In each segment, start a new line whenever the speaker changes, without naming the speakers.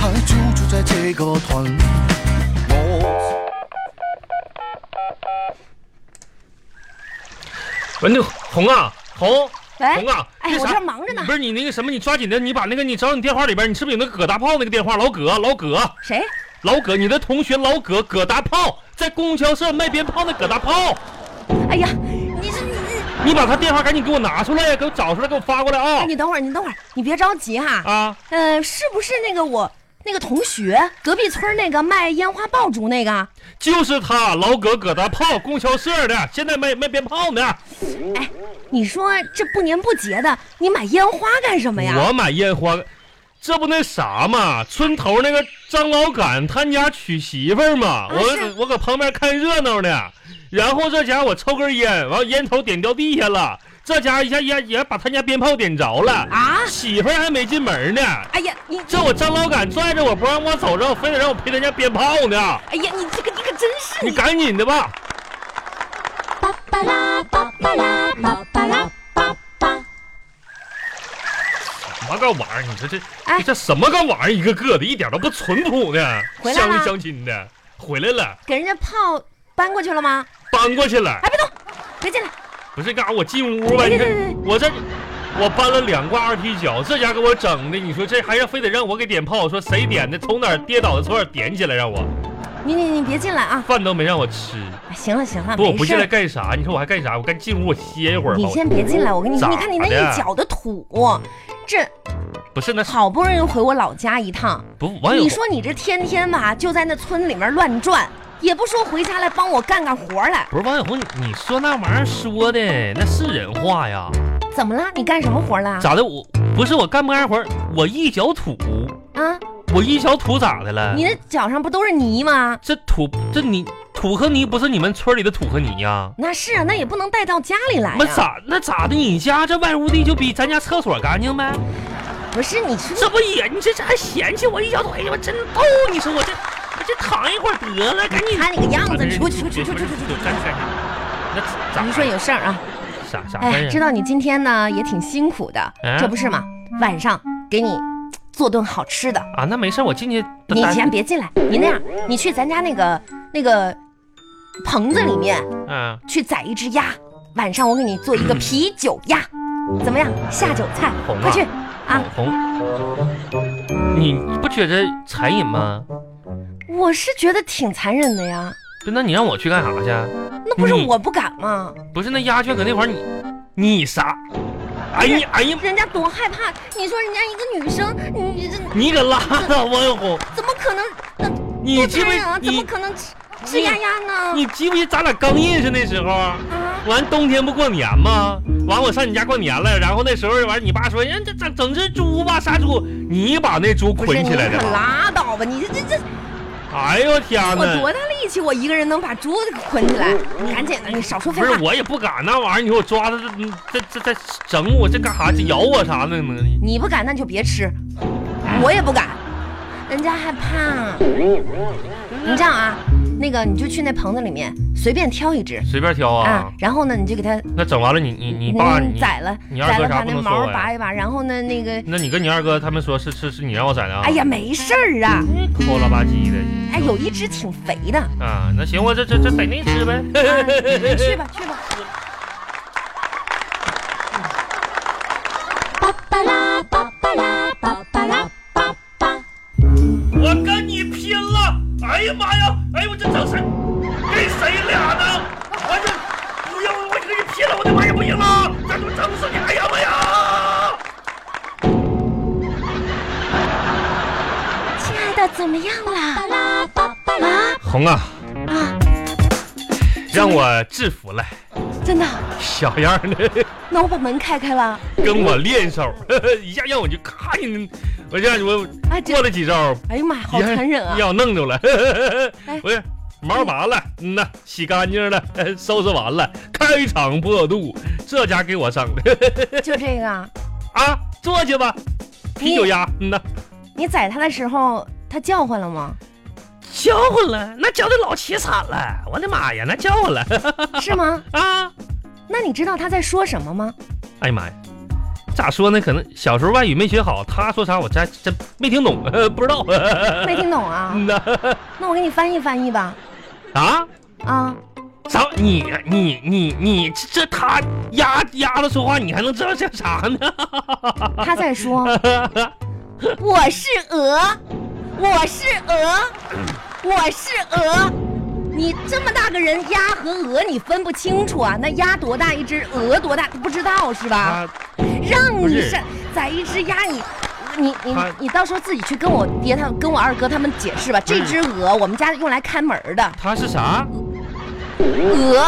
还居住在这个团。我
完就红啊红。
喂
红啊，
哎
那
我
啥
这忙着呢
不是你那个什么，你抓紧的，你把那个你找你电话里边，你是不是有那个葛大炮那个电话？老葛，老葛，
谁？
老葛，你的同学老葛，葛大炮在供销社卖鞭炮那葛大炮，
哎呀，你这你这，
你把他电话赶紧给我拿出来呀，给我找出来，给我发过来
哎，
啊
你等会儿，你等会儿，你别着急哈。
啊！
呃，是不是那个我那个同学，隔壁村儿那个卖烟花爆竹那个？
就是他，老葛葛大炮，供销社的，现在卖卖鞭炮呢。
你说这不年不节的，你买烟花干什么呀？
我买烟花，这不那啥嘛，村头那个张老杆他家娶媳妇儿嘛，
啊是
我我搁旁边看热闹呢。然后这家伙我抽根烟，完烟头点掉地下了，这家伙一下也也把他家鞭炮点着了，
啊？
媳妇儿还没进门呢。
哎呀，你
这我张老杆拽着我不让我走，让我非得让我陪他家鞭炮呢。
哎呀，你这个你可真是
你
你。
赶紧的吧，
巴巴拉巴巴拉巴巴拉巴巴。
什么个玩意儿？你说这
哎
这什么个玩意儿？一个个的，一点都不淳朴呢，
回来
相
啦
亲相亲的，回来了，
给人家炮搬过去了吗？
搬过去了。
哎，别动，别进来。
不是干啥？我进屋吧，你这
对对对
我这我搬了两挂二踢脚，这家给我整的，你说这还让非得让我给点炮，说谁点的，从哪儿跌倒的，从哪儿点起来，让我
你你你别进来啊！
饭都没让我吃。
哎行了行了，
不，我
没
不
事
进
儿
来干啥？你说我还干啥？我该进屋我歇一会儿吧
你。先别进来，我跟你说，
咋
你看你那
的
一脚的土，这
我不是那
好不容易回我老家一趟，
不网友
你说你这天天吧就在那村里面乱转，也不说回家来帮我干干活来，
不是王小红，你你说那玩意儿说的那是人话呀？
怎么了？你干什么活了？
咋的？我不是我干不干活儿，我一脚土，
啊，
我一脚土咋的了？
你那脚上不都是泥吗？
这土这泥土和泥不是你们村里的土和泥呀、
那是啊，那也不能带到家里来、啊。
那咋那咋的？你家这外屋地就比咱家厕所干净呗？
不是你是
这不也你这这还嫌弃我一小腿？我真逗！你说我这我这躺一会儿得了，赶紧。
看你个样哎子，你出去出去出去出去出去！
那咋
你说有事儿啊？
啥啥玩
哎，
意
知
儿？
道你今天呢也挺辛苦的，
嗯
这不是嘛？晚上给你做顿好吃的。
啊，那没事，我进去。
你先别进来，你那样，你去咱家那个那个棚子里面
嗯，
去宰一只鸭，晚上我给你做一个啤酒鸭，怎么样？下酒菜
红，啊
快去啊！
红，你不觉得残忍吗？
我是觉得挺残忍的呀，
不，那你让我去干啥去？
那不是
你
我不敢吗？
不是那鸦雀搁那块儿，你你啥？哎呀哎呀，
人家多害怕！你说人家一个女生，你这
你可拉倒，王小红，
怎么可能？那
你
不
记
残
不
忍啊？怎
你
么可能吃吃鸭鸭呢？
你记不记得咱俩刚认识那时候？
啊，
完冬天不过年吗？完我上你家过年了，然后那时候完你爸说，人这整整只猪吧，杀猪，你把那猪
不是
捆
你
起来
可
的吧？
拉倒吧！你这这这，
哎呦我天
我
哪！
多大力气，我一个人能把猪捆起来？赶紧的，你少说废
不
话
是。我也不敢那玩意儿，你说我抓它这这这这整我这干啥？这咬我啥的呢？
你不敢那就别吃，我也不敢，人家害怕。你这样啊，那个你就去那棚子里面随便挑一只
随便挑
啊
啊，，
然后呢你就给它，
那整完了你你你爸
嗯
你，
宰了，
你二
宰
哥
了
啥
把
不
那
能
毛
说呀
拔一拔，然后呢那个，
那你跟你二哥他们说是是是你让我宰的啊？嗯
哎呀没事儿啊，
抠了吧唧的
哎有一只挺肥的，
啊，那行我这这这逮那吃呗。
啊去吧去吧。
巴巴拉巴巴拉巴巴拉巴巴。
我跟你拼了！哎呀妈呀！哎呦我这整谁？跟谁俩呢？我这不要我跟你拼了！我的妈呀，不行了！这都整死你！哎呀妈呀！
亲爱的，怎么样了？
巴拉巴巴拉。
红啊，
啊，
让我制服了，
真的，
小样儿的，
那我把门开开了。
跟我练手，呵呵一下让我就咔，你我让你我
哎，这
过，了几招，
哎呀妈呀，好
一下
残忍啊！
让我弄着了，呵呵
哎
呵不是。毛拔了，嗯呐，洗干净了，呵收拾完了，开肠破肚，这家给我整的，
就这个啊，
啊，坐去吧。啤酒鸭，嗯呐，
你宰它的时候，它叫唤了吗？
叫唤了，那叫的老凄惨了，我的妈呀，那叫唤了
是吗？
啊！
那你知道他在说什么吗？
哎呀妈呀，咋说呢？可能小时候外语没学好，他说啥我真真没听懂， 呃不知道。
没听懂啊？
嗯呐
那我给你翻译翻译吧。
啊，
啊，
啥？你你你你这他丫丫头说话，你还能知道这啥呢？
他在说我是鹅，我是鹅，我是鹅。你这么大个人，鸭和鹅你分不清楚啊？那鸭多大一只，鹅多大，不知道是吧？
他
让
不
你
是
是宰一只鸭，你你你
他
你到时候自己去跟我爹他跟我二哥他们解释吧。
是
这只鹅我们家用来看门儿的
他是啥？
鹅，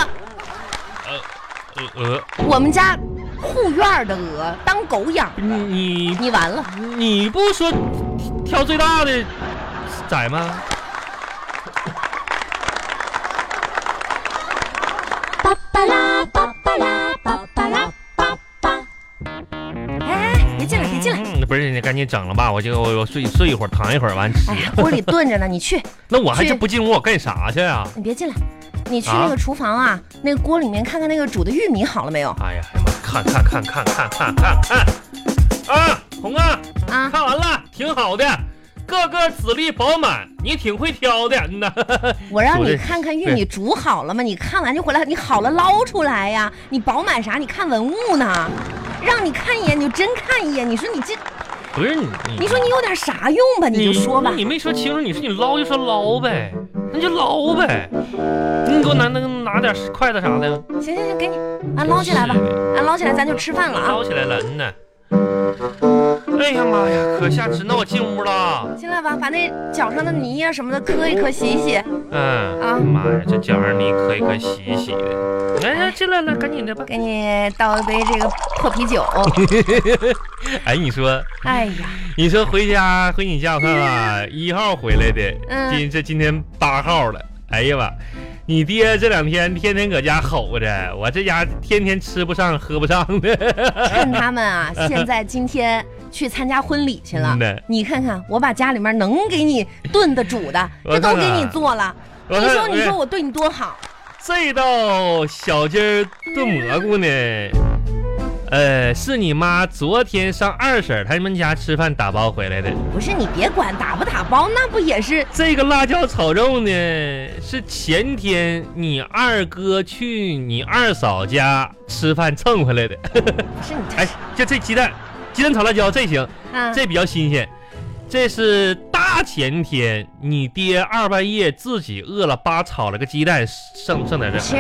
呃呃，
我们家护院儿的鹅当狗养，
你
你完了。
你不说挑最大的宰吗？
パパラパパラパパラパパ
哎，别进来，别进来。
嗯，不是，你赶紧整了吧，我就我我睡睡一会儿，躺一会儿，完吃
哎。呀，锅里炖着呢，你去，
那我还
去
这不进屋，我干啥去啊？
你别进来，你去那个厨房啊，那个锅里面看看那个煮的玉米好了没有
哎呀，哎呀妈，看看看看看看看看，啊，红啊，
啊？
看完了，挺好的，个个籽粒饱满，你挺会挑的，嗯呐。
我让
煮
你
的
看看玉米煮好了吗？你看完就回来，你好了捞出来呀、你饱满啥？你看文物呢？让你看一眼你就真看一眼，你说你这，
不是你，
你说你有点啥用吧？你就说吧。
嗯你没说清楚，你说你捞就说捞呗，那就捞呗。你给我拿那个拿点筷子啥的，
行行行，给你啊，捞起来吧，啊，捞起来咱就吃饭了啊。
捞起来了，嗯呐。哎呀妈呀，可下吃，那我进屋了。
进来吧，把那脚上的泥呀、什么的磕一磕，洗一洗。
嗯，
啊
妈呀，这脚上泥可以可洗一洗的。哎，进来了，赶紧的吧。
给你倒一杯这个破啤酒。
哦哎，你说，
哎呀，
你说回家回你家，我看看一号回来的，
嗯
今这今天八号了。哎呀妈，你爹这两天天天搁家吼着，我这家天天吃不上喝不上 的。
趁他们啊，现在今天去参加婚礼去了
嗯对。
你看看，我把家里面能给你炖的、煮的，
我
这都
看
给
看
你做了。
我
你
看
说，你
我
说我对你多好？
这道小鸡儿炖蘑菇呢，呃，是你妈昨天上二婶儿他们家吃饭打包回来的。
不是你别管打不打包，那不也是
这个辣椒炒肉呢，是前天你二哥去你二嫂家吃饭蹭回来的。
是你这
哎，就这鸡蛋，鸡蛋炒辣椒这行，
啊？
这比较新鲜。这是大前天你爹二半夜自己饿了吧炒了个鸡蛋，剩剩在这
不
儿。
是，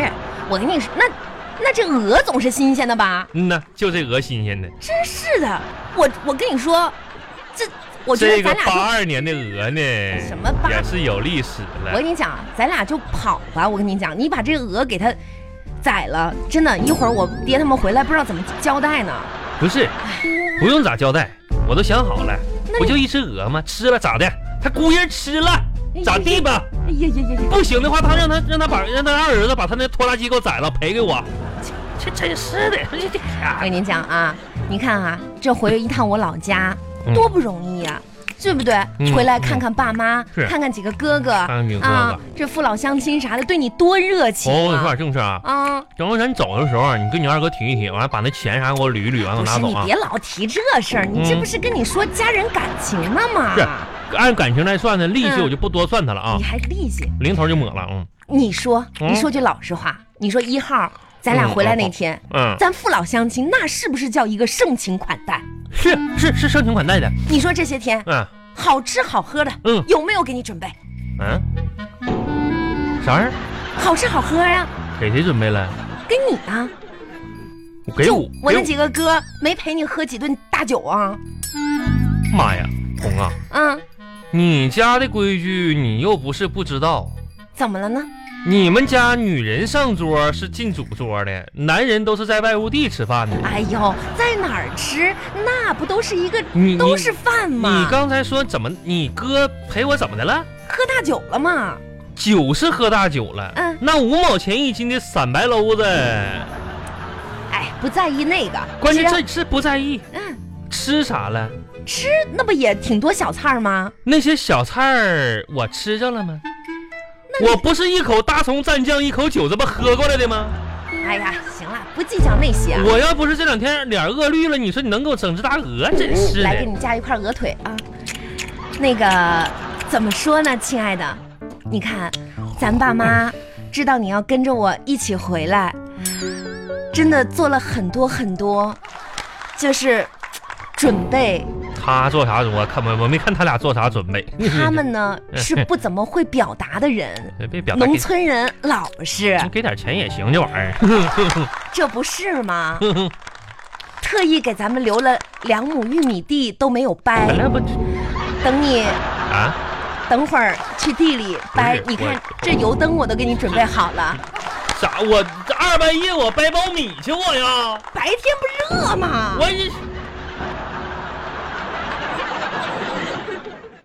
我跟你说，那那这鹅总是新鲜的吧？
嗯呐，就这鹅新鲜的。
真是的，我我跟你说，这我觉
这
得
个
咱俩就
八二年的鹅呢，
什么八
也是有历史
我
了
跟。你讲，啊咱俩就跑吧。我跟你讲，你把这个鹅给它宰了，真的，一会儿我爹他们回来不知道怎么交代呢。
不是，
哎
不用咋交代，我都想好了，不就一只鹅吗？吃了咋的？他姑爷吃了咋地吧？
哎呀呀呀呀！
不行的话，他让他让他把让他二儿子把他那拖拉机给我宰了赔给我。这这真是的，这这
我跟你讲啊，你看啊，这回一趟我老家，
嗯
多不容易呀、啊对不对？
嗯
回来看看爸妈，
是
看看几个哥哥
看几个哥哥
啊，这父老乡亲啥的，对你多热情
哦，我跟你说点正
啊！
事啊，
啊，
等会儿咱走的时候，啊你跟你二哥提一提，完了把那钱啥给我捋一捋，完了
不
我拿
是
走
哎你
啊。
别老提这事儿，你这
嗯
不是跟你说家人感情呢吗？
是按感情来算呢，利息
嗯
我就不多算他了啊
你，还利息？
零头就抹了。嗯
你说，
嗯
你说句老实话，你说一号，咱俩
嗯
回来
老
那
好
天，
嗯，
咱父老乡亲，那是不是叫一个盛情款待？
是是是盛情款待的。
你说这些天
嗯
好吃好喝的，
嗯
有没有给你准备？
嗯，啥玩意儿？
好吃好喝呀、
给谁准备了？
给你啊，
给
就
我，
我
给
那几个哥没陪你喝几顿大酒啊？
妈呀，红啊，
嗯，
你家的规矩你又不是不知道。
怎么了呢？
你们家女人上桌是进主桌的，男人都是在外屋地吃饭的。
哎呦，在哪儿吃？那不都是一个
你
都
你
是饭
你
吗？
刚才说怎么？你哥陪我怎么的了？
喝大酒了吗？
酒是喝大酒了，
嗯
那五毛钱一斤的散白篓子，
哎，不在意那个，
关键
只要
这是不在意
嗯
吃啥了。
吃那不也挺多小菜儿吗？
那些小菜儿我吃着了吗？我不是一口大葱蘸酱，一口酒这么喝过来的吗？
哎呀，行了，不计较那些啊。
我要不是这两天脸饿绿了，你说你能给我整只大鹅，真是
来给
的。
你加一块鹅腿啊。那个怎么说呢，亲爱的，你看，咱爸妈知道你要跟着我一起回来，真的做了很多很多，就是准备。
他做啥？我看我我没看他俩做啥准备。
他们 呢是不怎么会表达的人，
别别 表达，
农
给
村人老实，
给点钱也行，这玩意儿。
这不是吗？特意给咱们留了两亩玉米地都没有掰
本，来不
等你
啊，
等会儿去地里掰
不是，
你看
我
这油灯我都给你准备好了。
咋我这二半夜我掰苞米去我呀？
白天不热吗？
我一